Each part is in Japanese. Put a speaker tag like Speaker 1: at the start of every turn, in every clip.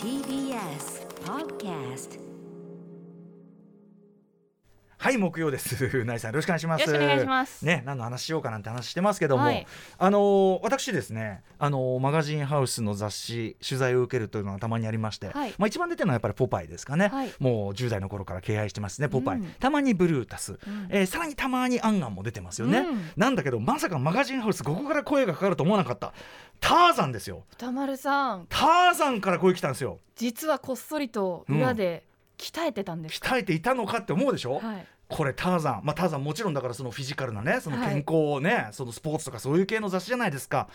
Speaker 1: TBS Podcast
Speaker 2: はい木曜です 内さんよろしくお願いします
Speaker 3: よろしくお願いします
Speaker 2: ね何の話しようかなんて話してますけども、
Speaker 3: はい
Speaker 2: あのー私ですねあのーマガジンハウスの雑誌取材を受けるというのがたまにありまして、
Speaker 3: はい
Speaker 2: まあ一番出てるのはやっぱりポパイですかね、
Speaker 3: はい
Speaker 2: もう10代の頃から敬愛してますねポパイ、
Speaker 3: うん
Speaker 2: たまにブルータス、
Speaker 3: ん
Speaker 2: えーさらにたまにアンガンも出てますよね、
Speaker 3: うん
Speaker 2: なんだけどまさかマガジンハウスここから声がかかると思わなかったターザンですよ
Speaker 3: 歌丸さん
Speaker 2: ターザンから声来たんですよ
Speaker 3: 実はこっそりと裏で鍛えてたんです、
Speaker 2: 鍛えていたのかって思うでしょ、
Speaker 3: はい
Speaker 2: これターザン、まあ、ターザンもちろんだからそのフィジカルなねその
Speaker 3: はい
Speaker 2: 健康をね、そのスポーツとかそういう系の雑誌じゃないですか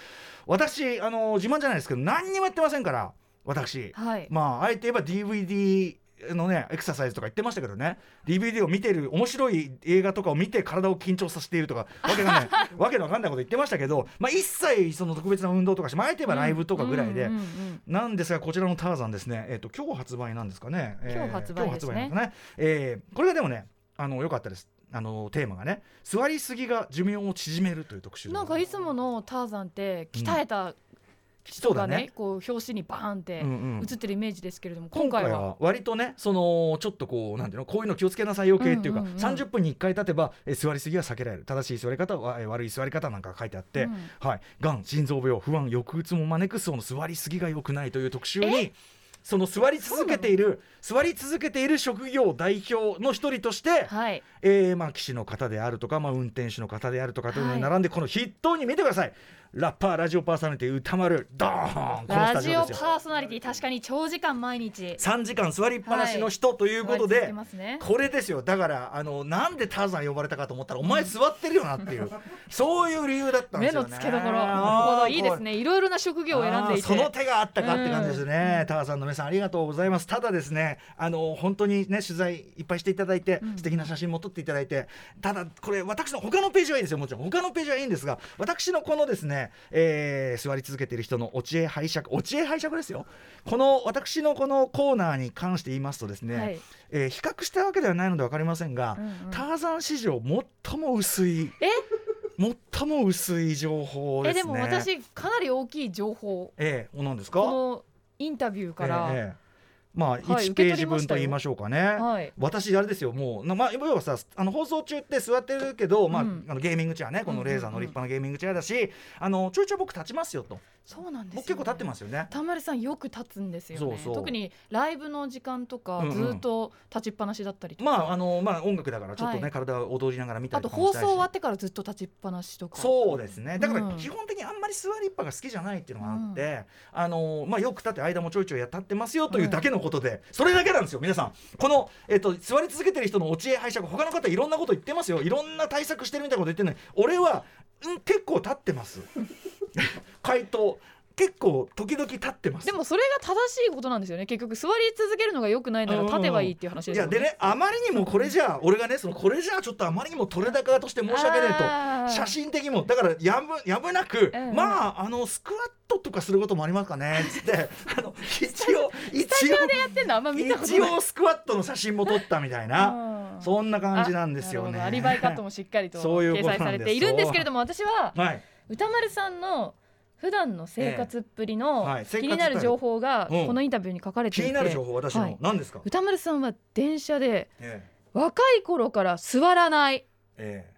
Speaker 2: 私あの自慢じゃないですけど何にもやってませんから私、
Speaker 3: はい、
Speaker 2: まああえて言えば DVD のねエクササイズとか言ってましたけどね DVD を見てる面白い映画とかを見て体を緊張させているとかわけが ないわけのわかんないこと言ってましたけど、まあ、一切その特別な運動とかし、まあ、あえて言えばライブとかぐらいで。
Speaker 3: うんうんうん
Speaker 2: なんですがこちらのターザンですね、えっと今日発売なんですかね、えー
Speaker 3: 今日発売ですね
Speaker 2: 今日発売なんかね、えーこれがでもねあの良かったですあのテーマがね座りすぎが寿命を縮めるという特
Speaker 3: う
Speaker 2: 集
Speaker 3: んなんかいつものターザンって鍛えた
Speaker 2: 人
Speaker 3: 人
Speaker 2: だ
Speaker 3: がね,、
Speaker 2: ね
Speaker 3: こう表紙にバーンって
Speaker 2: うんうん
Speaker 3: 映ってるイメージですけれども、
Speaker 2: 今
Speaker 3: 今
Speaker 2: 回
Speaker 3: 回は
Speaker 2: は割とねそのちょっとこうなんていうのこういうの気をつけなさいよ系っていうか、
Speaker 3: うんうんうん
Speaker 2: 30分に1回立てば、えー座りすぎは避けられる正しい座り方は、えー悪い座り方なんかが書いてあって、
Speaker 3: うん
Speaker 2: はいがん心臓病不安抑うつも招くその座りすぎが良くないという特集にその座り続けている座り続けている職業代表の一人として、
Speaker 3: はい
Speaker 2: えーまあ、騎士の方であるとか、まあ、運転手の方であるとかというのに並んで、この筆頭に見てくださいラッパーラジオパーソナリティ歌丸ドーンこのス
Speaker 3: ラ
Speaker 2: タジ
Speaker 3: ジ
Speaker 2: オ
Speaker 3: オ
Speaker 2: ですよ
Speaker 3: パーソナリティ確かに長時間毎日
Speaker 2: 3時間座りっぱなしの人ということで、
Speaker 3: 座り続けますね
Speaker 2: これですよだからあのなんでターザン呼ばれたかと思ったらお前座ってるよなって いう、そういう理由だったんで
Speaker 3: 目
Speaker 2: すよ
Speaker 3: の
Speaker 2: ね。
Speaker 3: 付けどころなる
Speaker 2: あ
Speaker 3: ほ
Speaker 2: ー
Speaker 3: どいいですねいろいろな職業を選んでいて
Speaker 2: あーその手があったかって感じですね、タワーさんの皆さんありがとうございますただですねあの本当にね取材いっぱいしていただいて、
Speaker 3: うん
Speaker 2: 素敵な写真も撮っていただいてただこれ私の他のページはいいですよもちろん他のページはいいんですが私のこのですね、えー座り続けている人のお知恵拝借お知恵拝借ですよこの私のこのコーナーに関して言いますとですね、
Speaker 3: はい
Speaker 2: えー比較したわけではないので分かりませんが、
Speaker 3: うんうん
Speaker 2: ターザン史上最も薄い
Speaker 3: え
Speaker 2: 最も薄い情報で
Speaker 3: え
Speaker 2: すね
Speaker 3: でも私かなり大きい情報
Speaker 2: ええ何ですか
Speaker 3: このインタビューから、
Speaker 2: ええええまあ
Speaker 3: はい
Speaker 2: 1
Speaker 3: 受け
Speaker 2: ペー
Speaker 3: 取
Speaker 2: ジ
Speaker 3: りま
Speaker 2: 分と
Speaker 3: したよ
Speaker 2: 言いましょうかね。
Speaker 3: はい
Speaker 2: 私あれですよもうなまあ要はさあの放送中って座ってるけど、まあ
Speaker 3: うん
Speaker 2: あのゲーミングチェアねこのレーザーの立派なゲーミングチェアだし、あのちょいちょい僕立ちますよと
Speaker 3: そうなんですよ
Speaker 2: 僕結構立ってますよね。
Speaker 3: 田丸さんよく立つんですよね
Speaker 2: そうそう
Speaker 3: 特にライブの時間とか
Speaker 2: うんうん
Speaker 3: ずっと立ちっぱなしだったりとか、
Speaker 2: まああのまあ音楽だからちょっとね、
Speaker 3: はい
Speaker 2: 体を踊りながら見た
Speaker 3: あ
Speaker 2: り
Speaker 3: と
Speaker 2: とかもし
Speaker 3: 放
Speaker 2: たいし
Speaker 3: 送終わってからずっと立ちっぱなしとか
Speaker 2: そうですねだから
Speaker 3: うん
Speaker 2: 基本的にあんまり座りっぱが好きじゃないっていうのがあって、あのまあ、よく立って間もちょいちょいや立ってますよというだけのことで、それだけなんですよ皆さんこの、えっと、座り続けてる人のお知恵拝借他の方いろんなこと言ってますよいろんな対策してるみたいなこと言ってるのに俺は、うん、結構立ってます 回答結構時々立ってます
Speaker 3: でもそれが正しいことなんですよね結局座り続けるのが良くないなら立てばいいっていう話
Speaker 2: い
Speaker 3: ですよ
Speaker 2: や
Speaker 3: ね
Speaker 2: でねあまりにもこれじゃあ俺がねそのこれじゃあちょっとあまりにも取れ高として申し訳ねえと
Speaker 3: あー
Speaker 2: 写真的にもだからやぶやぶなく、
Speaker 3: うんうん
Speaker 2: まああのスクワットとかすることもありますか ねつってあの一応一
Speaker 3: スタジオで
Speaker 2: 応
Speaker 3: やってんのあんま見たこと
Speaker 2: 一
Speaker 3: ない
Speaker 2: 応スクワットの写真も撮ったみたいな、
Speaker 3: うん
Speaker 2: そんな感じなんですよ
Speaker 3: あなるほ
Speaker 2: ね。
Speaker 3: どアリバイカットもしっかりと
Speaker 2: そういうこ
Speaker 3: 掲
Speaker 2: となんで
Speaker 3: 載
Speaker 2: す
Speaker 3: されているんですけれども私は
Speaker 2: はい
Speaker 3: 歌丸さんの普段の生活っぷり
Speaker 2: ええは
Speaker 3: の
Speaker 2: い
Speaker 3: 気になる情報が
Speaker 2: うん
Speaker 3: このインタビューに書かれて
Speaker 2: 気
Speaker 3: いて、
Speaker 2: になる情報私の、
Speaker 3: はい
Speaker 2: 何ですか、
Speaker 3: 歌丸さんは電車で
Speaker 2: ええ
Speaker 3: 若い頃から座らない
Speaker 2: ええ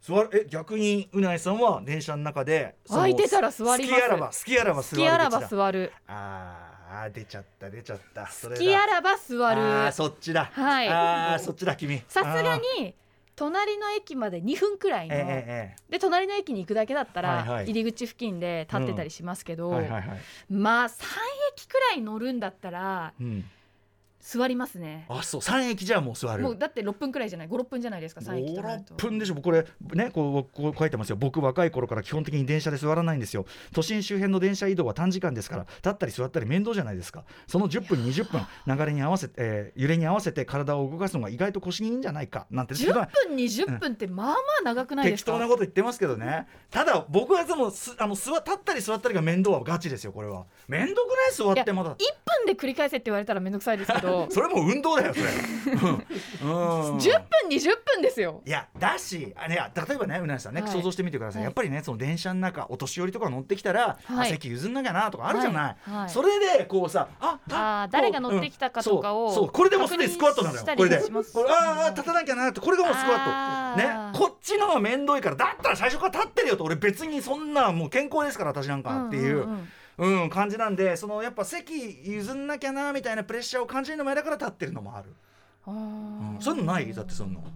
Speaker 2: 座るえ逆にうないさんは電車の中でその
Speaker 3: 空いてたら座ります
Speaker 2: 好きあらば好きあらば座る
Speaker 3: 好きあらば
Speaker 2: どっちだ
Speaker 3: 座る
Speaker 2: あー出ちゃった出ちゃったそれ
Speaker 3: 好
Speaker 2: だ
Speaker 3: きあらば座
Speaker 2: あー
Speaker 3: る
Speaker 2: そっちだ、
Speaker 3: はい
Speaker 2: あーそっちだ君
Speaker 3: さすが
Speaker 2: あー
Speaker 3: に隣の駅まで2分くらい
Speaker 2: え
Speaker 3: の、
Speaker 2: えええ
Speaker 3: で隣の駅に行くだけだった
Speaker 2: はいは
Speaker 3: ら
Speaker 2: い
Speaker 3: 入り口付近で立ってたりしますけど、
Speaker 2: ええはいはいはい、
Speaker 3: まあ3駅くらい乗るんだったら
Speaker 2: うん
Speaker 3: 座りますね
Speaker 2: あそう三駅じゃもう座る
Speaker 3: もうだって6分くらいじゃない56分じゃないですか3駅となる
Speaker 2: 56
Speaker 3: と
Speaker 2: 分でしょこれねこうこう書いてますよ僕若い頃から基本的に電車で座らないんですよ都心周辺の電車移動は短時間ですから立ったり座ったり面倒じゃないですかその10分20分流れに合わせて、えー揺れに合わせて体を動かすのが意外と腰にいいんじゃないかなんて
Speaker 3: 10分20分ってまあまあ長くないで
Speaker 2: 適
Speaker 3: すか
Speaker 2: 当なこと言ってますけどねただ僕はでもすあの座立ったり座ったりが面倒はガチですよこれは面倒くない座ってまだ
Speaker 3: 1分で繰り返せって言われたらめんどくさいですけ どよ
Speaker 2: それもう運動だよそれ、うんうん
Speaker 3: 10分20分ですよ
Speaker 2: いやだしあれや例えばねうなぎさんね、
Speaker 3: はい
Speaker 2: 想像してみてください、
Speaker 3: はい
Speaker 2: やっぱりねその電車の中お年寄りとか乗ってきたら、
Speaker 3: はい
Speaker 2: あ席譲んなきゃなとかあるじゃない、
Speaker 3: はいはい
Speaker 2: それでこうさあ
Speaker 4: あー誰が乗ってきたかとかを
Speaker 2: そうそうこれでもうすでにスクワットなのよ
Speaker 4: 確認
Speaker 2: これで
Speaker 4: したりします
Speaker 2: これあーあー立たなきゃなってこれがもうスクワットね
Speaker 4: あー
Speaker 2: こっちの方が面倒いからだったら最初から立ってるよと俺別にそんなもう健康ですから私なんかっていう。
Speaker 4: んんん
Speaker 2: うん、感じなんでそのやっぱ席譲んなきゃなみたいなプレッシャーを感じるのも嫌だから立ってるのもある、
Speaker 3: あ
Speaker 2: うん
Speaker 3: ー
Speaker 2: そういうのないだってそんなの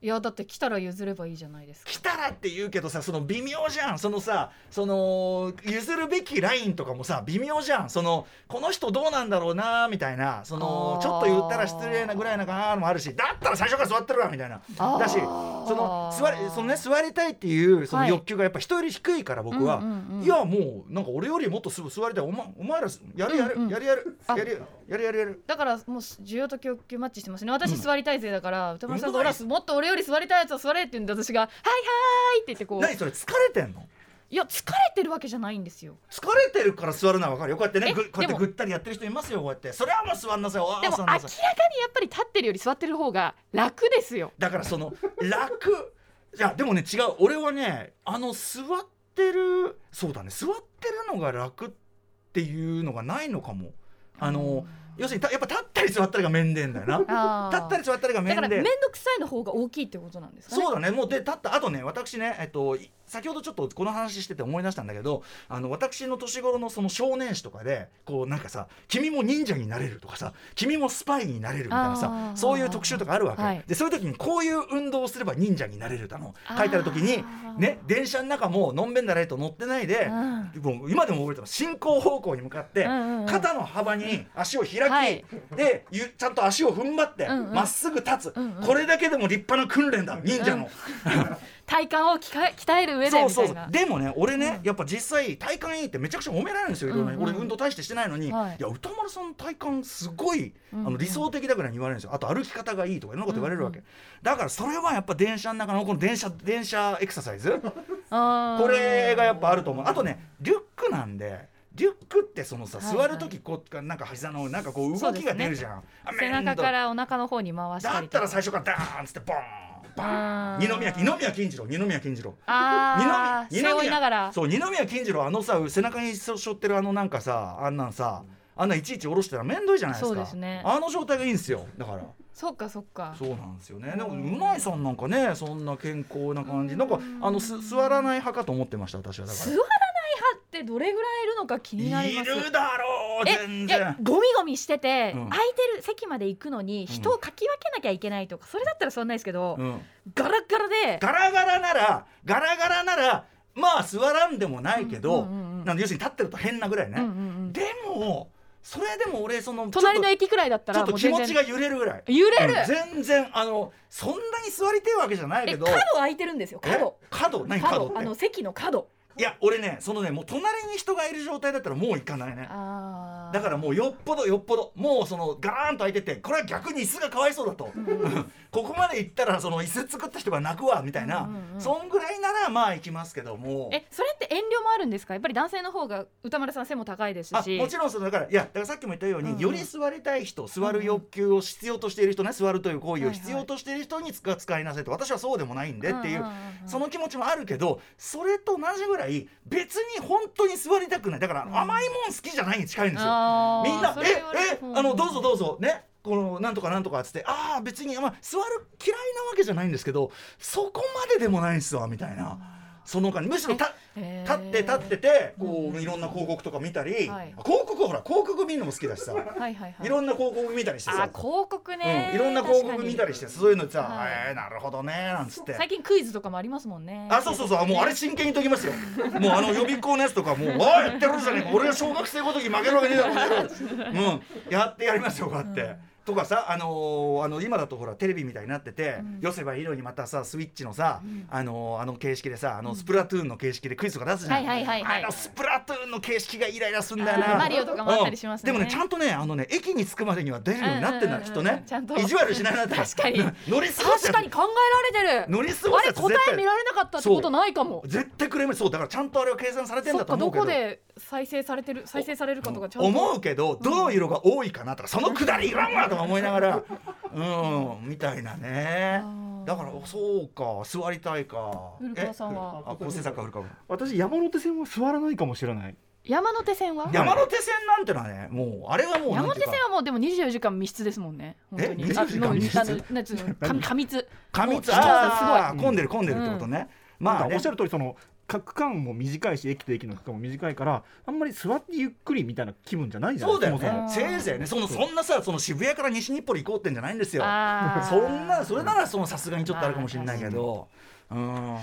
Speaker 3: いやだって来たら譲ればいいじゃないですか
Speaker 2: 来たらって言うけどさその微妙じゃんそのさその譲るべきラインとかもさ微妙じゃんそのこの人どうなんだろうなみたいなその
Speaker 3: あー
Speaker 2: ちょっと言ったら失礼なぐらいなかなのもあるしだったら最初から座ってるわみたいなだしその座りそのね座りたいっていうその
Speaker 3: はい
Speaker 2: 欲求がやっぱ人より低いから僕は、
Speaker 3: うんうんうん
Speaker 2: いやもうなんか俺よりもっとすぐ座りたいお,、ま、お前らやるやる、
Speaker 3: うんうん
Speaker 2: やるやる
Speaker 3: あ
Speaker 2: やるやるやるやる
Speaker 3: だからもう需要と供給マッチしてますね私
Speaker 2: うん
Speaker 3: 座りたい勢だから歌丸さんが
Speaker 2: うまい
Speaker 3: 俺はもっと俺より座りたいやつは座れって言うんで私が「はいはい」って言ってこ
Speaker 2: 何
Speaker 3: う
Speaker 2: それ疲れてんの
Speaker 3: いや疲れてるわけじゃないんですよ
Speaker 2: 疲れてるから座るのは分かるよこうやってね
Speaker 3: え
Speaker 2: ぐこうやっ
Speaker 3: で
Speaker 2: て
Speaker 3: も
Speaker 2: ぐったりやってる人いますよこうやってそれはもう座んなさいわあ
Speaker 3: でも
Speaker 2: 座
Speaker 3: 明
Speaker 2: ん
Speaker 3: らか
Speaker 2: な
Speaker 3: に
Speaker 2: さい
Speaker 3: やっぱり立ってるより座ってる方が楽ですよ
Speaker 2: だからその楽いやでもね違う俺はねあの座ってるそうだね座ってるのが楽っていうのがないのかもあの要するにたやっぱ立ったり座ったりが面んだよな立
Speaker 3: あー
Speaker 2: ったり座ったりが面
Speaker 3: だから
Speaker 2: で
Speaker 3: 面倒くさいの方が大きいってことなんですかね
Speaker 2: そうだねもうで立ったあとね私ねえっとい先ほどちょっとこの話してて思い出したんだけどあの私の年頃のその少年誌とかでこうなんかさ「君も忍者になれる」とかさ「君もスパイになれる」みたいな
Speaker 3: あ
Speaker 2: さ
Speaker 3: ー
Speaker 2: そういう特集とかあるわけ、
Speaker 3: はい
Speaker 2: でそういう時にこういう運動をすれば忍者になれるだの書いてある時に
Speaker 3: あー
Speaker 2: ね電車の中ものんべんだらえと乗ってないで、もう今でも覚えてます進行方向に向かって、
Speaker 3: うんうんうん
Speaker 2: 肩の幅に足を開き、
Speaker 3: はい
Speaker 2: でゆちゃんと足を踏ん張ってま、
Speaker 3: うんうん
Speaker 2: っすぐ立つ、
Speaker 3: うんうん
Speaker 2: これだけでも立派な訓練だ忍者の、
Speaker 3: 体幹をきか鍛える上でみたい
Speaker 2: そう
Speaker 3: な
Speaker 2: そうそうでもね俺ね、やっぱ実際体幹いいってめちゃくちゃ褒められるんですよいろいろね、
Speaker 3: うんうん
Speaker 2: 俺運動大してしてないのに、
Speaker 3: はい
Speaker 2: い、や歌丸さんの体幹すごい、あ
Speaker 3: うんう
Speaker 2: の
Speaker 3: ん
Speaker 2: 理想的だぐらいに言われるんですよあと歩き方がいいとかいろんなこと言われるわけ、
Speaker 3: う
Speaker 2: だからそれはやっぱ電車の中のこの電車電車エクササイズ
Speaker 3: あー
Speaker 2: これがやっぱあると思うあとねリュックなんでリュックってそのさ、
Speaker 3: はいはい
Speaker 2: 座る時こうなんか膝のなんかこう
Speaker 3: そ
Speaker 2: 動
Speaker 3: うで
Speaker 2: き
Speaker 3: す
Speaker 2: が
Speaker 3: ね
Speaker 2: 出るじゃん、あ
Speaker 3: 背
Speaker 2: 面
Speaker 3: 中
Speaker 2: 倒
Speaker 3: からお腹の方に回した
Speaker 2: だ
Speaker 3: り
Speaker 2: っ
Speaker 3: と
Speaker 2: た
Speaker 3: か
Speaker 2: ら最初からダーンっつってボーンバー
Speaker 3: あ
Speaker 2: ン
Speaker 3: ー
Speaker 2: 二宮二宮金次郎二宮金次郎
Speaker 3: あー
Speaker 2: 二宮
Speaker 3: 背
Speaker 2: 二
Speaker 3: 負い
Speaker 2: 宮
Speaker 3: ながら
Speaker 2: そう二宮金次郎あのさ背中に背負ってるあのなんかさあんなんさあんないちいち下ろしてたら面倒いじゃないですか
Speaker 3: そうですね
Speaker 2: あの状態がいいんですよだから
Speaker 3: そっかそっか
Speaker 2: そうなんですよねでもうないさんなんかねそんな健康な感じなんかあのす座らない派かと思ってました私はだか
Speaker 3: 座らない派ってどれぐらいいるのか気にな
Speaker 2: ら
Speaker 3: り
Speaker 2: い
Speaker 3: ます
Speaker 2: るだろう
Speaker 3: え
Speaker 2: 全
Speaker 3: いや
Speaker 2: 然
Speaker 3: ゴミゴミしてて、
Speaker 2: うん
Speaker 3: 空いてる席まで行くのに人をかき分けなきゃいけないとか、それだったらそんなですけど、
Speaker 2: うん
Speaker 3: ガラッガラで
Speaker 2: ガラガラならガラガラならまあ座らんでもないけど
Speaker 3: うんうんうんうん
Speaker 2: なんで要するに立ってると変なぐらいね、
Speaker 3: うんうんうん
Speaker 2: でもそれでも俺その
Speaker 3: 隣の
Speaker 2: ちょっ
Speaker 3: 駅くらいだった
Speaker 2: とちょ
Speaker 3: ら
Speaker 2: っと
Speaker 3: もう
Speaker 2: 気
Speaker 3: 全
Speaker 2: 持
Speaker 3: 然
Speaker 2: ちが揺れるぐらい
Speaker 3: 揺れる、
Speaker 2: うん全然あのそんなに座りてえわけじゃない
Speaker 3: え
Speaker 2: けど
Speaker 3: 角空いてるんですよ角
Speaker 2: え角何角
Speaker 3: 角
Speaker 2: って
Speaker 3: あの席の角
Speaker 2: いや俺ねそのねもう隣に人がいる状態だったらもう行かないね
Speaker 3: あ
Speaker 2: だからもうよっぽどよっぽどもうそのガラーンと開いててこれは逆に椅子がかわいそうだと、 ここまで行ったらその椅子作った人が泣くわみたいな、
Speaker 3: うんうんうん
Speaker 2: そんぐらいならまあ行きますけども
Speaker 3: えそれって遠慮もあるんですかやっぱり男性の方が歌丸さん背も高いです
Speaker 2: あ
Speaker 3: し
Speaker 2: もちろんそのだからいやだからさっきも言ったように、
Speaker 3: うんうん
Speaker 2: より座りたい人座る欲求を必要としている人ね座るという行為を
Speaker 3: はいはい
Speaker 2: 必要としている人に使使いなさいと私はそうでもないんでっていう。
Speaker 3: んんんん
Speaker 2: その気持ちもあるけどそれと同じぐらい別に本当に座りたくないだから甘いもん好きじゃないに近いんですよ。
Speaker 3: あー
Speaker 2: みんな
Speaker 3: そ
Speaker 2: 「
Speaker 3: れ
Speaker 2: え
Speaker 3: はね
Speaker 2: えあのどうぞど
Speaker 3: う
Speaker 2: うぞねこのなんとかなんとか」っつって「ああ別に、まあ、座る嫌いなわけじゃないんですけどそこまででもないんすわ」みたいなその感じむしろた
Speaker 3: え
Speaker 2: 立って立っててこういろんな広告とか見たり、
Speaker 3: はい
Speaker 2: 広告ほら広告見るのも好きだしさ、
Speaker 3: はいはいはい
Speaker 2: いろんな広告見たりして
Speaker 3: あ
Speaker 2: さ
Speaker 3: 広、告ね
Speaker 2: うん、いろんな広告見たりしてそういうのさ、
Speaker 3: はい
Speaker 2: えーなるほどねなんつって。
Speaker 3: 最近クイズとかもありますもんね
Speaker 2: あそうそうそうもうあれ真剣に解きますよもうあの予備校のやつとかもう「わあやってるじゃねえか俺が小学生ごとき負けるわけねえだろこの野郎」うんやってやりますよこうやって。とかさ、あのーあの今だとほらテレビみたいになってて、
Speaker 3: ん
Speaker 2: 寄せばいいのにまたさスイッチのさ、あのーあの形式でさあのスプラトゥーンの形式でクイズとか出すじゃん、
Speaker 3: はいはいはいはい
Speaker 2: あのスプラトゥーンの形式がイライラすんだよ
Speaker 3: あ
Speaker 2: な
Speaker 3: ーマリオとかもあったりしますね
Speaker 2: うんでもねちゃんとねあのね駅に着くまでには出るようになってんだよ、
Speaker 3: うん
Speaker 2: き
Speaker 3: う
Speaker 2: っ
Speaker 3: ん
Speaker 2: と
Speaker 3: うん
Speaker 2: ね
Speaker 3: ちゃんと
Speaker 2: 意地悪しないなって
Speaker 3: 確かに
Speaker 2: 乗り過ごす
Speaker 3: 確かに考えられてる
Speaker 2: 乗り過ご
Speaker 3: あ
Speaker 2: す
Speaker 3: れ
Speaker 2: やつ
Speaker 3: 答え見られなかったってことないかも
Speaker 2: 絶対クレームそうだからちゃんとあれは計算されてん
Speaker 3: そ
Speaker 2: だ
Speaker 3: っ
Speaker 2: と
Speaker 3: か
Speaker 2: 思
Speaker 3: ど
Speaker 2: うけど
Speaker 3: こで再生されてる再生されるかとかちゃんと
Speaker 2: 思うけどどの色が多いかなとかそのくだりいらんわとか思いなが らうんみたいなね
Speaker 3: あー
Speaker 2: だからそうか座りたいか
Speaker 3: 古
Speaker 2: え
Speaker 3: 川さんは
Speaker 2: あ構成作家古川君
Speaker 5: 私山手線は座らないかもしれない
Speaker 3: 山手線は
Speaker 2: 山手線なんてのはねもうあれはもうなん
Speaker 3: 山
Speaker 2: ていう
Speaker 3: 手
Speaker 2: か
Speaker 3: 線はもうでも24時間密室ですもんね本当に
Speaker 2: え24時間密室
Speaker 3: あのなんつうのか過密
Speaker 2: 過
Speaker 3: もう
Speaker 2: 密
Speaker 3: 人が
Speaker 2: あ
Speaker 5: す
Speaker 2: ー
Speaker 5: ごい
Speaker 2: 混んでる混んでるってことね、ま
Speaker 5: ま
Speaker 2: あ
Speaker 5: あ
Speaker 2: ね
Speaker 5: おっしゃる通りその各区間も短いし駅と駅の区間も短いからあんまり座ってゆっくりみたいな気分じゃないじゃな
Speaker 2: そ
Speaker 5: いう
Speaker 2: だよ
Speaker 5: そもそ
Speaker 2: ね
Speaker 5: も
Speaker 2: せいぜいねそのそんなさその渋谷から西日暮里行こうってんじゃないんですよ
Speaker 4: あー
Speaker 2: そんなそれならそのさすがにちょっとあるかもしれないけどうん
Speaker 4: あ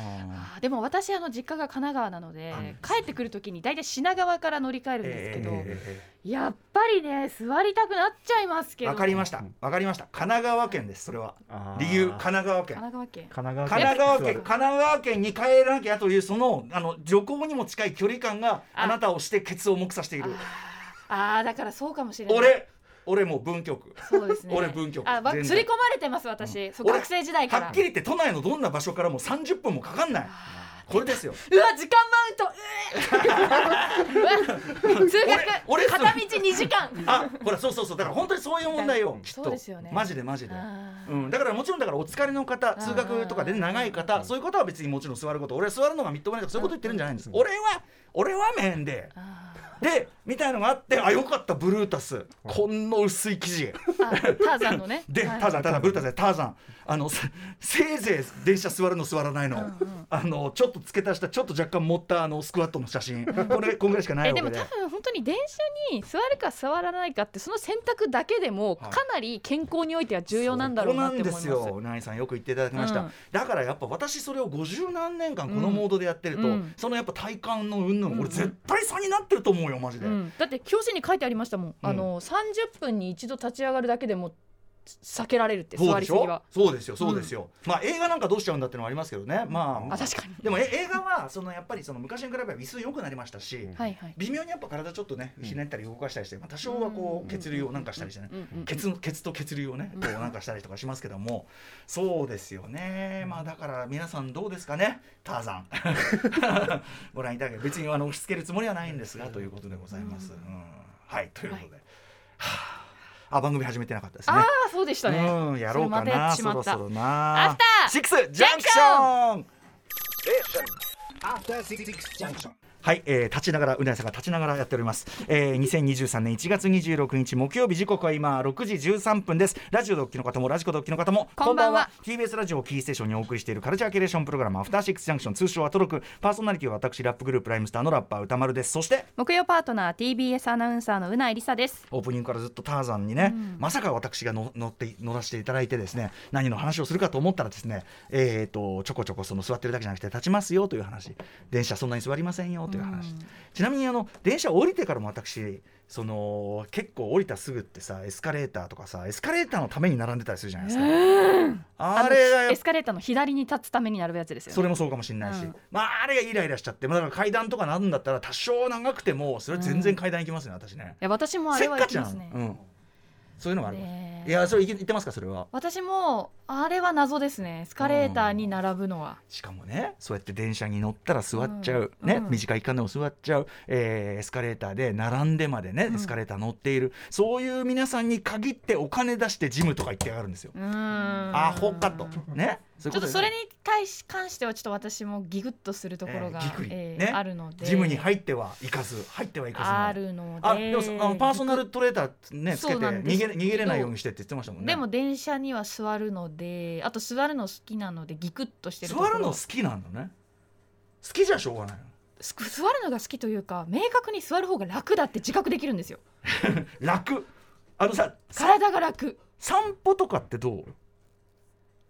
Speaker 4: ーでも私あの実家が神奈川なので
Speaker 2: あ
Speaker 4: 帰ってくるときに大体品川から乗り換えるんですけど、
Speaker 2: え
Speaker 4: やっぱりね座りたくなっちゃいます
Speaker 2: ー
Speaker 4: けど
Speaker 2: わかりましたわかりました神奈川県ですそれは
Speaker 5: あー
Speaker 2: 理由神奈川県
Speaker 4: 神奈川県
Speaker 5: 神奈川
Speaker 2: 神奈川
Speaker 5: 座
Speaker 2: 県
Speaker 5: る
Speaker 2: 神奈川県に帰らなきゃというそのあの旅行にも近い距離感が
Speaker 4: あ
Speaker 2: あなたをしてケツを重くさせている
Speaker 4: ああだからそうかもしれない
Speaker 2: 俺俺もう文京区
Speaker 4: そうですね
Speaker 2: 俺文京区
Speaker 4: あわ
Speaker 2: 全然
Speaker 4: 刷り込まれてます私、そう
Speaker 2: 俺
Speaker 4: 学生時代から
Speaker 2: はっきり言って都内のどんな場所からも30分もかかんないこれですよ
Speaker 4: うわ時間マウントうえうわ通学
Speaker 2: 俺俺
Speaker 4: 片道2時間
Speaker 2: あほらそうそうそうだから本当にそういう問題よきっと
Speaker 4: そうですよね
Speaker 2: マジでマジで。
Speaker 4: あー
Speaker 2: うん、だからもちろんだからお疲れの方通学とかでね
Speaker 4: あー
Speaker 2: 長い方そういう方は別にもちろん座ること俺は座るのがみっともないとかそういうこと言ってるんじゃないんです、俺は俺は面で
Speaker 4: あー
Speaker 2: でみたいのがあってあよかったブルータスこんな薄い生地
Speaker 4: あターザンのね
Speaker 2: で
Speaker 4: はい
Speaker 2: ターザンターザンブルータスでターザンあの せせいぜい電車座るの座らないの,、あのちょっと付け足したちょっと若干盛ったあのスクワットの写真これこんぐらいしかない
Speaker 3: え
Speaker 2: わけ
Speaker 3: で
Speaker 2: で
Speaker 3: も多分本当に電車に座るか座らないかってその選択だけでも
Speaker 2: は
Speaker 3: か
Speaker 2: い
Speaker 3: なり健康においては重要なんだろうなって思います。
Speaker 2: そうなんですよ、うなぎさんよく言っていただきました。
Speaker 3: うん
Speaker 2: だからやっぱ私それを五十何年間このモードでやってると、
Speaker 3: うんうん
Speaker 2: そのやっぱ体感の云々、
Speaker 3: うん
Speaker 2: 俺絶対差になってると思うよマジで。
Speaker 3: うん、だって教師に書いてありましたもん、あの30分に一度立ち上がるだけでも避けられるって
Speaker 2: そう
Speaker 3: 座
Speaker 2: で
Speaker 3: り
Speaker 2: し
Speaker 3: すぎ
Speaker 2: ょ
Speaker 3: は。
Speaker 2: そうですよそうですよ、まあ映画なんかどうしちゃうんだってのはありますけどねまあ
Speaker 3: あ確かに
Speaker 2: でもえ映画はそのやっぱりその昔に比べれば椅子良くなりましたし、
Speaker 3: はいはい、
Speaker 2: 微妙にやっぱ体ちょっとねひねったり動かしたりして、まあ、多少はこう血流をなんかしたりしてね、
Speaker 3: うんうんうん
Speaker 2: ケツのケツと血流をねこうなんかしたりとかしますけどもそうですよねまあだから皆さんどうですかねターザン ご覧いただけ別にあの押し付けるつもりはないんですがということでございます、うんはいということで、はああ番組始めてなかったですね
Speaker 3: ああそうでしたね。
Speaker 2: うんやろうか
Speaker 3: それまたやっ
Speaker 2: な
Speaker 3: てし
Speaker 2: そ
Speaker 3: ま
Speaker 2: ろ
Speaker 3: った
Speaker 2: そろな
Speaker 4: アフター
Speaker 2: シックスジャンクション
Speaker 6: After Six Junction.
Speaker 2: はい、えー立ちながらうなやさんが立ちながらやっております、えー、2023年1月26日木曜日時刻は今6時13分ですラジオドッキの方もラジコドッキの方も
Speaker 4: こんばんは
Speaker 2: TBS ラジオをキーステーションにお送りしているカルチャーキュレーションプログラムアフターシックスジャンクション通称はトロクパーソナリティは私ラップグループライムスターのラッパー歌丸ですそして
Speaker 4: 木曜パートナー TBS アナウンサーのうないりさです
Speaker 2: オープニングからずっとターザンにね、まさか私がの乗って乗らせていただいてですね何の話をするかと思ったらですねえー、とちょこちょこその座ってるだけじゃなくて立ちますよという話電車そんなに座りませんよという話、ちなみにあの電車降りてからも私その結構降りたすぐってさエスカレーターとかさエスカレーターのために並んでたりするじゃないですか、あれがやっぱ
Speaker 4: エスカレーターの左に立つために並ぶやつですよね
Speaker 2: それもそうかもしれないし、まああれがイライラしちゃってまあだから階段とかなんだったら多少長くてもそれは全然階段行きますね、私ね
Speaker 4: いや私もあ
Speaker 2: せ
Speaker 4: れ
Speaker 2: っ
Speaker 4: は
Speaker 2: か
Speaker 4: 行
Speaker 2: ち
Speaker 4: き
Speaker 2: な
Speaker 4: ま
Speaker 2: の、
Speaker 4: すね
Speaker 2: うん、そういうのがある、
Speaker 4: ねえ
Speaker 2: いやそれいけ言ってますかそれは
Speaker 4: 私もあれは謎ですねエスカレーターに並ぶのは、
Speaker 2: しかもねそうやって電車に乗ったら座っちゃう、ね、短い間でも座っちゃう、えーエスカレーターで並んでまでねエスカレーター乗っている、そういう皆さんに限ってお金出してジムとか行ってやがるんですよ、
Speaker 4: うーん
Speaker 2: アホかとねそう
Speaker 4: ち
Speaker 2: い
Speaker 4: ょっ
Speaker 2: うことと
Speaker 4: それに対し関してはちょっと私もギグッとするところが、
Speaker 2: えーギクリ
Speaker 4: えー
Speaker 2: ね
Speaker 4: あるので
Speaker 2: ジムに入っては行かず入っては行かずの
Speaker 4: あるので
Speaker 2: あでもさあのパーソナルトレーターねつけ
Speaker 4: そ
Speaker 2: て
Speaker 4: うなん
Speaker 2: 逃
Speaker 4: です
Speaker 2: げ逃げれないようにしてって言ってましたもんね
Speaker 4: でも電車には座るのであと座るの好きなのでギクッとしてるとこ
Speaker 2: 座
Speaker 4: ろ
Speaker 2: るの好きなんだね好きじゃしょうがないの
Speaker 4: すく座るのが好きというか明確に座る方が楽だって自覚できるんですよ
Speaker 2: 楽あのささ
Speaker 4: 体が楽
Speaker 2: 散歩とかってどう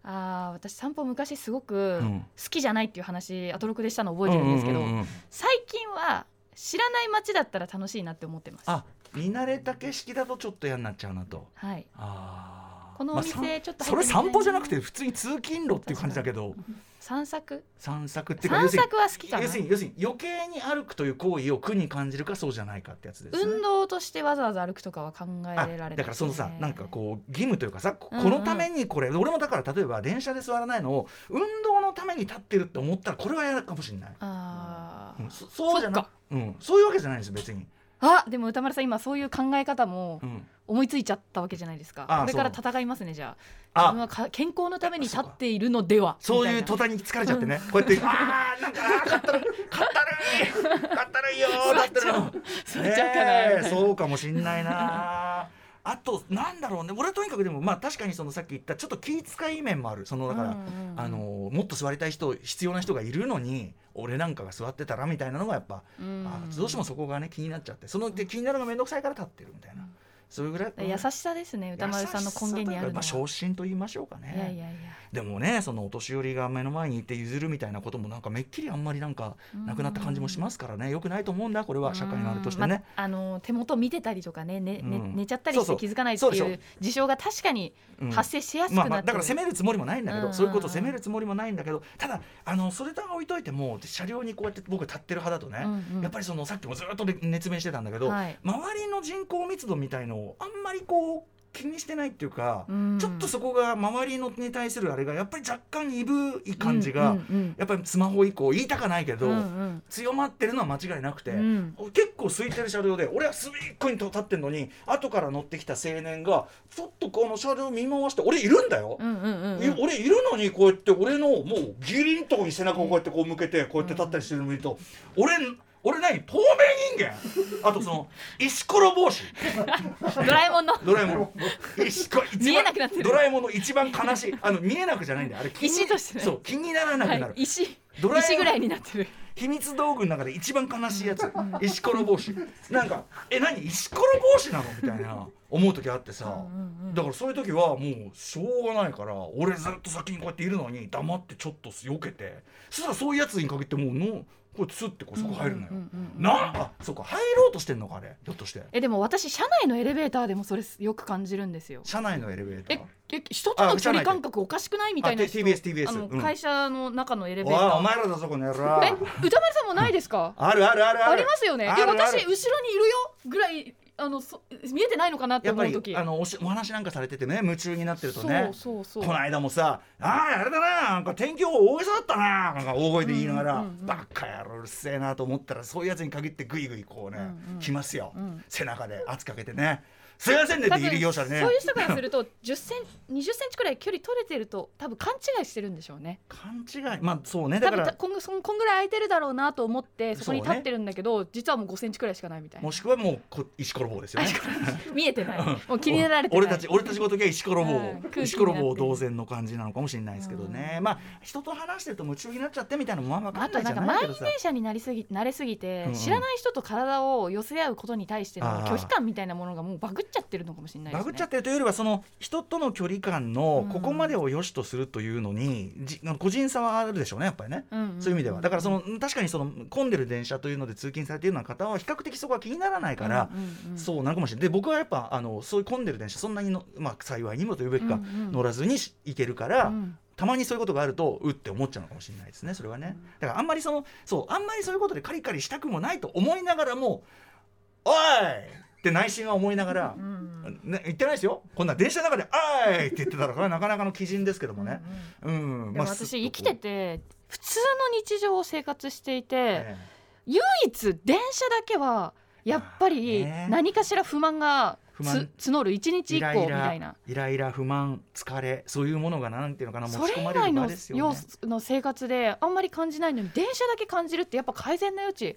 Speaker 4: あー私散歩昔すごく
Speaker 2: うん
Speaker 4: 好きじゃないっていう話アトロクでしたの覚えてるんですけど、
Speaker 2: うううんうん
Speaker 4: 最近は知らない街だったら楽しいなって思ってます
Speaker 2: あ見慣れた景色だとちょっと嫌になっちゃうなと
Speaker 4: はい
Speaker 2: あー
Speaker 4: このお店
Speaker 2: まあさん
Speaker 4: ちょっと入ってみたいな
Speaker 2: それ散歩じゃなくて普通に通勤路っていう感じだけど
Speaker 3: 散策
Speaker 2: 散策っていうか要
Speaker 3: 散
Speaker 2: するに
Speaker 3: 策は好きかな
Speaker 2: 要するに要するに余計に歩くという行為を苦に感じるかそうじゃないかってやつですね。
Speaker 3: 運動としてわざわざ歩くとかは考えら
Speaker 2: あ
Speaker 3: れない、
Speaker 2: だからそのさなんかこう義務というかさこ
Speaker 3: うんうん
Speaker 2: このためにこれ、俺もだから例えば電車で座らないのを運動のために立ってるって思ったらこれは嫌かもしれない、
Speaker 3: あー、
Speaker 2: うんそそうじゃ
Speaker 3: そっ
Speaker 2: な
Speaker 3: か
Speaker 2: うん、そういうわけじゃないんですよ別に、
Speaker 3: あでも歌丸さん今そういう考え方も
Speaker 2: うん、
Speaker 3: 思いついちゃったわけじゃないですか
Speaker 2: あ
Speaker 3: これから
Speaker 2: そ
Speaker 3: 戦いますねじゃあ自分
Speaker 2: あ
Speaker 3: はか健康のために立っているのでは
Speaker 2: そういう
Speaker 3: みた
Speaker 2: 途
Speaker 3: な
Speaker 2: 端に疲れちゃってね、こうやって「あーなんかあーかったるかったるいかった るいよーかったるいよ」
Speaker 3: 座っちゃうかなみたいな
Speaker 2: そうかもしんないなあとなんだろうね俺はとにかくでもまあ確かにそのさっき言ったちょっと気遣い面もあるそのだから、
Speaker 3: うんうん
Speaker 2: あのもっと座りたい人必要な人がいるのに俺なんかが座ってたらみたいなのがやっぱ、
Speaker 3: うん
Speaker 2: あどうしてもそこがね気になっちゃってそので気になるのが面倒くさいから立ってるみたいな、それぐらい
Speaker 3: 優しさですね歌丸さんの根源にあるの
Speaker 2: ま
Speaker 3: は
Speaker 2: あ昇進と言いましょうかね
Speaker 3: いやいやいや
Speaker 2: でもねそのお年寄りが目の前にいて譲るみたいなこともなんかめっきりあんまりなんかなくなった感じもしますからねよくないと思うんだこれは社会のあれとしてね。
Speaker 3: まあの手元見てたりとかねねね
Speaker 2: うん
Speaker 3: 寝ちゃったりし
Speaker 2: そうそ
Speaker 3: て
Speaker 2: う
Speaker 3: 気づかないって
Speaker 2: そうでしょ
Speaker 3: いう事象が確かに
Speaker 2: うん
Speaker 3: 発生しやすく
Speaker 2: ま
Speaker 3: なっ
Speaker 2: あ
Speaker 3: て
Speaker 2: まあ、だから
Speaker 3: る
Speaker 2: 責めるつもりもないんだけど、
Speaker 3: うん
Speaker 2: そういうことを責めるつもりもないんだけどただあのそれとは置いといても車両にこうやって僕立ってる派だとね、
Speaker 3: うんうん
Speaker 2: やっぱりそのさっきもずっとね熱弁してたんだけど、
Speaker 3: はい
Speaker 2: 周りの人口密度みたいのをあんまりこう気にしてないっていうか、
Speaker 3: うん
Speaker 2: ちょっとそこが周りのに対するあれがやっぱり若干鈍い感じが、
Speaker 3: うんうん
Speaker 2: やっぱりスマホ以降言いたかないけ
Speaker 3: う
Speaker 2: ど、
Speaker 3: んうん
Speaker 2: 強まってるのは間違いなくて。
Speaker 3: うん
Speaker 2: 結構空いてる車両で俺は隅っこに立ってんのに後から乗ってきた青年がちょっとこの車両見回して俺いるんだよ、
Speaker 3: うんうんうん
Speaker 2: い俺いるのにこうやって俺のもうギリンとこに背中をこうやってこう向けてこうやって立ったりしてるの見ると、俺俺何透明人間あとそ の石ころ帽子
Speaker 3: ドラえもんの
Speaker 2: ドラえもん石 ころ一番
Speaker 3: 見えなくなってる
Speaker 2: ドラえもんの一番悲しいあの見えなくじゃないんだよあれ気に
Speaker 3: 石としてね
Speaker 2: そう気にならなくなる、
Speaker 3: はい石
Speaker 2: ドラえもん
Speaker 3: 石ぐらいになってる
Speaker 2: 秘密道具の中で一番悲しいやつ石ころ帽子なんか「え何石ころ帽子なの?」みたいな思う時あってさだからそういう時はもうしょうがないから俺ずっと先にこうやっているのに黙ってちょっと避けてそしたらそういうやつに限ってもうのこうスッてこうそこ入るのよ。なんかそうか入ろうとしてんのかあれひょっとして
Speaker 3: えでも私車内のエレベーターでもそれよく感じるんですよ
Speaker 2: 車内のエレベータ
Speaker 3: え
Speaker 2: ー。
Speaker 3: え人との距離感覚おかしくないみたいな
Speaker 2: あ TBS TBS
Speaker 3: あの
Speaker 2: うん
Speaker 3: 会社の中のエレベ
Speaker 2: お
Speaker 3: ー
Speaker 2: い
Speaker 3: ター
Speaker 2: お前らだぞこの野郎
Speaker 3: え歌丸さんもないですか
Speaker 2: あるあるあるある
Speaker 3: ありますよね。い
Speaker 2: あ
Speaker 3: や
Speaker 2: るある
Speaker 3: 私後ろにいるよぐらいあのそ見えてないのかなって
Speaker 2: やっ
Speaker 3: 思
Speaker 2: ぱ
Speaker 3: う時。
Speaker 2: りあのおしお話なんかされててね夢中になってると
Speaker 3: そう
Speaker 2: ね
Speaker 3: そうそう。
Speaker 2: この間もさ「あああれだななんか天気予報大げさだったな」なんか大声で言いながら「バカ野郎うるせえな」と思ったらそういうやつに限ってグイグイこうね、来ますよ、背中で圧かけてね「すいませんね」っ
Speaker 3: 多
Speaker 2: て
Speaker 3: 分
Speaker 2: 入り業者でね
Speaker 3: そういう人からすると10セン20センチくらい距離取れてると多分勘違いしてるんでしょうね。
Speaker 2: 勘違いまあそうね
Speaker 3: 多
Speaker 2: だか
Speaker 3: 分た
Speaker 2: ら
Speaker 3: こんぐそんこんぐらい空いてるだろうなと思ってそこに
Speaker 2: そうね
Speaker 3: 立ってるんだけど、実はもう5センチくらいしかないみたいな
Speaker 2: も。しくはもうこ石ころ棒ですよね。
Speaker 3: 見えてない。もう気になられてない。
Speaker 2: 俺たち俺たちごときは石ころ棒、
Speaker 3: うん空気になって
Speaker 2: 石ころ棒同然の感じなのかもしれないですけどね、まあ人と話してると夢中になっちゃってみたいなのもあんま分か
Speaker 3: あ
Speaker 2: んな
Speaker 3: と
Speaker 2: い
Speaker 3: な
Speaker 2: じ
Speaker 3: ん
Speaker 2: ゃ
Speaker 3: か
Speaker 2: ないけど
Speaker 3: 満員
Speaker 2: さ
Speaker 3: 電車になりすぎ慣れすぎて、
Speaker 2: うんうん
Speaker 3: 知らない人と体を寄せ合うことに対して
Speaker 2: あ
Speaker 3: の
Speaker 2: ー
Speaker 3: 拒否感みたいなものがもうバグっちゃってるのかもしれないです
Speaker 2: バ
Speaker 3: ね。
Speaker 2: グっちゃってるというよりはその人との距離感の
Speaker 3: うん
Speaker 2: ここまでを良しとするというのに、じ個人差はあるでしょうねやっぱりね。
Speaker 3: うんうん
Speaker 2: そういう意味ではだからその確かにその混んでる電車というので通勤されているような方は比較的そこは気にならないから、
Speaker 3: うんうん
Speaker 2: そうなるかもしれないで僕はやっぱあのそういう混んでる電車そんなにの、まあ、幸いにもというべきか、
Speaker 3: うんうん
Speaker 2: 乗らずにし行けるから、
Speaker 3: うん
Speaker 2: たまにそういうことがあるとうって思っちゃうのかもしれないですねそれはねだからあんまりそのそうあんまりそういうことでカリカリしたくもないと思いながらも「おい!」って内心は思いながら、ね、言ってないですよこんな電車の中で「おい!」って言ってたらこれはなかなかの基準ですけどもね。うん
Speaker 3: でも私生きて、て普通の日常を生活していて、
Speaker 2: まあすっとこうえ
Speaker 3: 唯一電車だけはやっぱり
Speaker 2: まあね
Speaker 3: 何かしら不満が
Speaker 2: 不満
Speaker 3: つ募る一日
Speaker 2: え
Speaker 3: 以降みたいな。
Speaker 2: イライラ不満疲れそういうものがなんていうのかな持
Speaker 3: そ
Speaker 2: ち
Speaker 3: れ
Speaker 2: 込ま
Speaker 3: 以
Speaker 2: れ
Speaker 3: 外
Speaker 2: る場
Speaker 3: の
Speaker 2: ですよ
Speaker 3: 要
Speaker 2: ね。
Speaker 3: 素の生活であんまり感じないのに電車だけ感じるってやっぱ改善の余地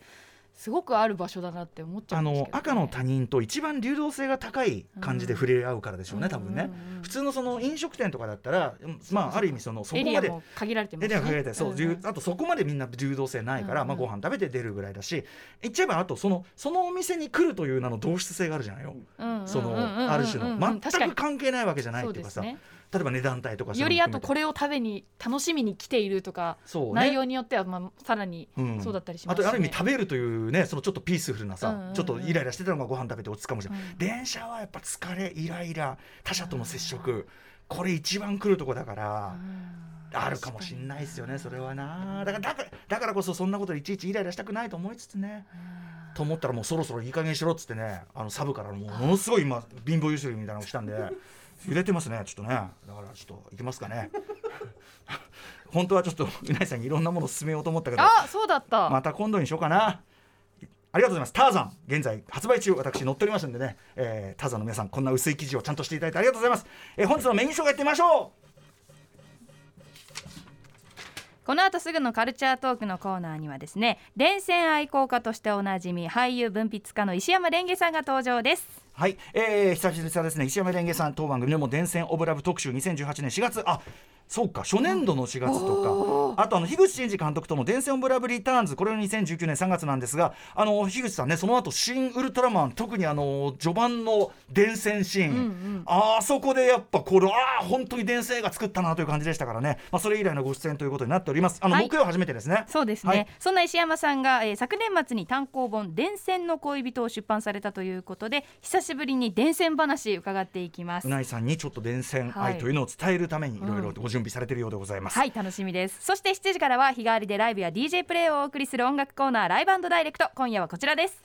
Speaker 3: すごくある場所だなって思っちゃ
Speaker 2: あ
Speaker 3: うんです
Speaker 2: の
Speaker 3: けど、ね、
Speaker 2: 赤の他人と一番流動性が高い感じで触れ合うからでしょうね、
Speaker 3: うん
Speaker 2: 多分ね、
Speaker 3: うんうん
Speaker 2: 普通のその飲食店とかだったら、うんまあある意味そのそこ
Speaker 3: エリ
Speaker 2: ま
Speaker 3: ア
Speaker 2: で
Speaker 3: も限られてます
Speaker 2: えで
Speaker 3: ね
Speaker 2: はかけてそう、流
Speaker 3: ん
Speaker 2: あとそこまでみんな流動性ないから、
Speaker 3: うん
Speaker 2: ま
Speaker 3: うん
Speaker 2: あ、ご飯食べて出るぐらいだし言っちゃえばあとそのそのお店に来るという名の同質性があるじゃないよ、
Speaker 3: うん
Speaker 2: その、
Speaker 3: うんうんうんうん
Speaker 2: ある種の全
Speaker 3: 確かに
Speaker 2: く関係ないわけじゃない
Speaker 3: そ
Speaker 2: っ
Speaker 3: う
Speaker 2: てい
Speaker 3: で
Speaker 2: うか
Speaker 3: す
Speaker 2: さ、
Speaker 3: ね
Speaker 2: 例えば値段帯とか
Speaker 3: よりあとこ
Speaker 2: れ
Speaker 3: れを食べに楽しみに来ているとか、
Speaker 2: そう、ね、
Speaker 3: 内容によってはまあさらに
Speaker 2: うん
Speaker 3: そうだったりしま
Speaker 2: あ
Speaker 3: すし、ね
Speaker 2: とある意味食べるというねそのちょっとピースフルなさ、
Speaker 3: うんうんうん
Speaker 2: ちょっとイライラしてたのがご飯食べて落ち着くかもしれない、
Speaker 3: うん
Speaker 2: 電車はやっぱ疲れイライラ他者との接触、これ一番来るとこだから、
Speaker 3: うん
Speaker 2: あるかもしんないですよねそれはなだからだからだからこそそんなことでいちいちイライラしたくないと思いつつねと思ったらもうそろそろいい加減にしろっつってねあのサブからもうものすごい今貧乏ゆすりみたいなのが来たんで揺れてますねちょっとねだからちょっといきますかね 本当はちょっとうないさんにいろんなものを勧めようと思ったけど
Speaker 4: あそうだった、
Speaker 2: また今度にしようかな。ありがとうございます。ターザン、現在発売中、私載っておりますんでね、えーターザンの皆さん、こんな薄い記事をちゃんとしていただいてありがとうございます。えー本日のメイン紹介いってみましょう。
Speaker 7: この後すぐのカルチャートークのコーナーにはですね伝染愛好家としておなじみ俳優文筆家の石山レンゲさんが登場です
Speaker 2: はい、えー、久しぶりですね、石山蓮華さん、当番組でも伝染オブラブ特集2018年4月、あそうか、初年度の4月とか、あとあの樋口真嗣監督との伝染オブラブリターンズ、これは2019年3月なんですが、あの樋口さんね、その後新ウルトラマン、特にあの序盤の伝染シーン、あそこでやっぱ、これ、ああ、本当に伝染が作ったなという感じでしたからね、まあ、それ以来のご出演ということになっております。あの、
Speaker 7: はい
Speaker 2: 木曜初めてですね
Speaker 7: そうですね、
Speaker 2: はい
Speaker 7: そんな石山さんが、えー昨年末に単行本「伝染の恋人」を出版されたということで久しぶりに伝染話伺っていきます
Speaker 2: うないさんにちょっと伝染
Speaker 7: は
Speaker 2: 愛
Speaker 7: い
Speaker 2: というのを伝えるためにいろいろご準備されているようでございます。
Speaker 7: はい楽しみですそして7時からは日替わりでライブや DJ プレイをお送りする音楽コーナーライブダイレクト今夜はこちらです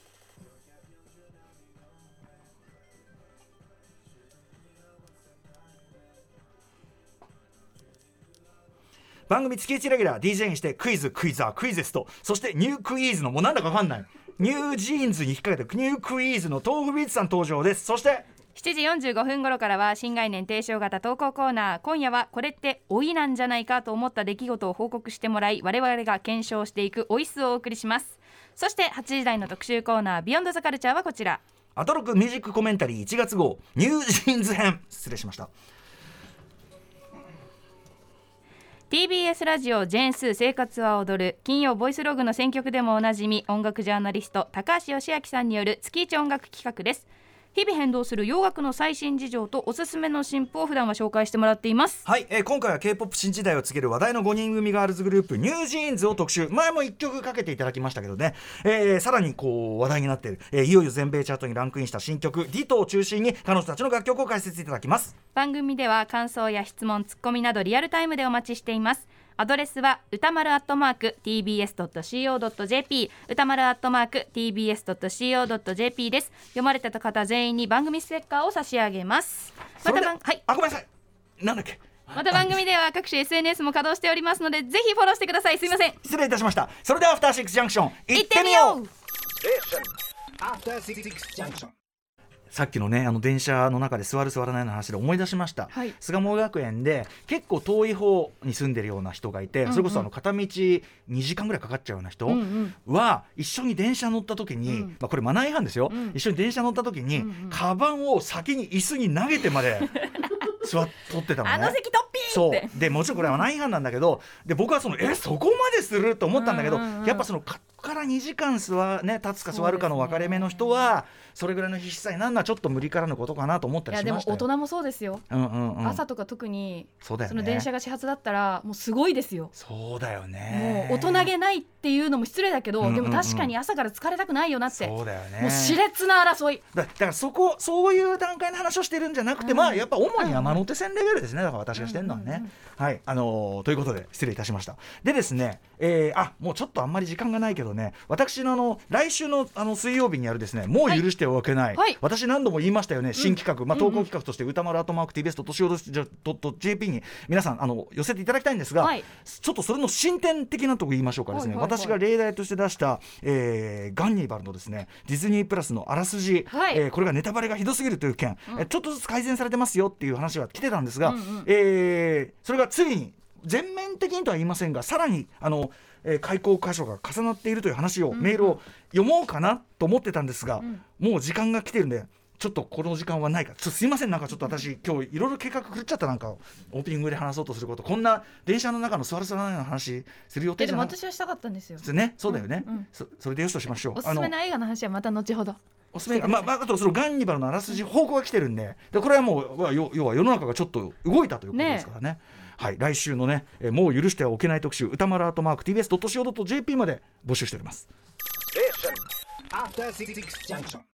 Speaker 2: 番組月1レギュラー DJ にしてクイズクイザークイゼストそしてニュークイーズのもうなんだかわかんないニュージーンズに引っ掛けてニュークイーズの豆腐ビーツさん登場ですそして
Speaker 7: 7時45分頃からは新概念提唱型投稿コーナー今夜はこれって老いなんじゃないかと思った出来事を報告してもらい我々が検証していく老い数をお送りしますそして8時台の特集コーナービヨンドザカルチャーはこちら
Speaker 2: アトロクミュージックコメンタリー1月号ニュージーンズ編失礼しました
Speaker 7: TBS ラジオジェーンスー生活は踊る金曜ボイスログの選曲でもおなじみ音楽ジャーナリスト高橋義明さんによる月一音楽企画です日々変動する洋楽の最新事情とおすすめの新譜を普段は紹介してもらっています
Speaker 2: はい、えー今回は K-POP 新時代を告げる話題の5人組ガールズグループニュージーンズを特集前も1曲かけていただきましたけどね、えーさらにこう話題になっている、えーいよいよ全米チャートにランクインした新曲「ディトを中心に彼女たちの楽曲を解説いただきます
Speaker 7: 番組では感想や質問ツッコミなどリアルタイムでお待ちしていますアドレスは歌丸アットマーク tbs.co.jp 歌丸アットマーク tbs.co.jp です読まれた方全員に番組ステッカーを差し上げます
Speaker 2: そ
Speaker 7: ま
Speaker 2: れ
Speaker 7: た番
Speaker 2: で
Speaker 7: はい
Speaker 2: あごめんなさいなんだっけ
Speaker 7: また番組では各種 SNS も稼働しておりますのでぜひフォローしてくださいすいません
Speaker 2: 失礼いたしましたそれではアフターシックスジャンクション
Speaker 7: 行
Speaker 2: 行
Speaker 7: っ
Speaker 2: ってて
Speaker 7: み
Speaker 2: み
Speaker 7: よ
Speaker 2: よ
Speaker 7: う
Speaker 6: Station.
Speaker 2: う
Speaker 6: After Six Junction.
Speaker 2: さっきのねあの電車の中で座る座らないの話で思い出しました、
Speaker 3: はい
Speaker 2: 巣鴨学園で結構遠い方に住んでるような人がいて、それこそあの片道2時間ぐらいかかっちゃうような人は一緒に電車乗った時に、まあ、これマナー違反ですよ、一緒に電車乗った時に、カバンを先に椅子に投げてまで座っ とってたのね。
Speaker 7: あの席トッピーっ
Speaker 2: そ
Speaker 7: て
Speaker 2: うでもちろんこれはマナー違反なんだけどで僕はそのえそこまですると思ったんだけど、やっぱそのかから2時間座、ね、立つか座るかの分かれ目の人はそれぐらいの必死さになるのはちょっと無理からのことかなと思った
Speaker 3: い
Speaker 2: り
Speaker 3: や
Speaker 2: し
Speaker 3: で
Speaker 2: ま
Speaker 3: も
Speaker 2: した
Speaker 3: 大
Speaker 2: よ。
Speaker 3: 人もそうですよ、
Speaker 2: うんうんうん、
Speaker 3: 朝とか特に
Speaker 2: そうだよね
Speaker 3: その電車が始発だったらもうすごいですよ
Speaker 2: そうだよ
Speaker 3: も
Speaker 2: ね
Speaker 3: う大人げないっていうのも失礼だけど、
Speaker 2: うんうんうん
Speaker 3: でも確かに朝から疲れたくないよなって、
Speaker 2: そうだよね
Speaker 3: もう熾烈な争い
Speaker 2: だだからそこそういう段階の話をしてるんじゃなくて、まあやっぱ主に山手線レベルですねだから私がしてるのはね。はいあのーということで失礼いたしました。でですね、えーあもうちょっとあんまり時間がないけどね私のあの来週のあの水曜日にやるですねもう許してはおけない、
Speaker 3: はい
Speaker 2: 私何度も言いましたよね新企画、まあ、投稿企画として歌丸アートマーク TBS と年を .jp に皆さんあの寄せていただきたいんですが、
Speaker 3: はい
Speaker 2: ちょっとそれの進展的なとこ言いましょうかですね、
Speaker 3: はいはいはい
Speaker 2: 私が例題として出した、えーガンニバルのですねディズニープラスのあらすじ、
Speaker 3: はい
Speaker 2: えーこれがネタバレがひどすぎるという件、えーちょっとずつ改善されてますよっていう話は来てたんですが、えーそれがついに全面的にとは言いませんがさらにあの、えー開口箇所が重なっているという話を、メールを読もうかなと思ってたんですが、もう時間が来てるんで。ちょっとこの時間はないかちょっとすいませんなんかちょっと私今日いろいろ計画狂っちゃったなんかオープニングで話そうとすることこんな電車の中の座る座らないの話する予定
Speaker 3: でで
Speaker 2: じゃ
Speaker 3: も
Speaker 2: なく
Speaker 3: 私はしたかったんですよ
Speaker 2: てねそうだよね、
Speaker 3: うんうん
Speaker 2: そそれでよしとしましょう
Speaker 3: おすす
Speaker 2: あ
Speaker 3: め
Speaker 2: の
Speaker 3: の映画の話はまた後ほど
Speaker 2: おすすめまあ、まあ、あとそのガンニバルのあらすじ方向が来てるんででこれはもうまあよ要は世の中がちょっと動いたということですからねはい、来週のね、えーもう許してはおけない特集歌丸アートマーク TBS.CO.JP まで募集しております
Speaker 6: Station. After Six Junction.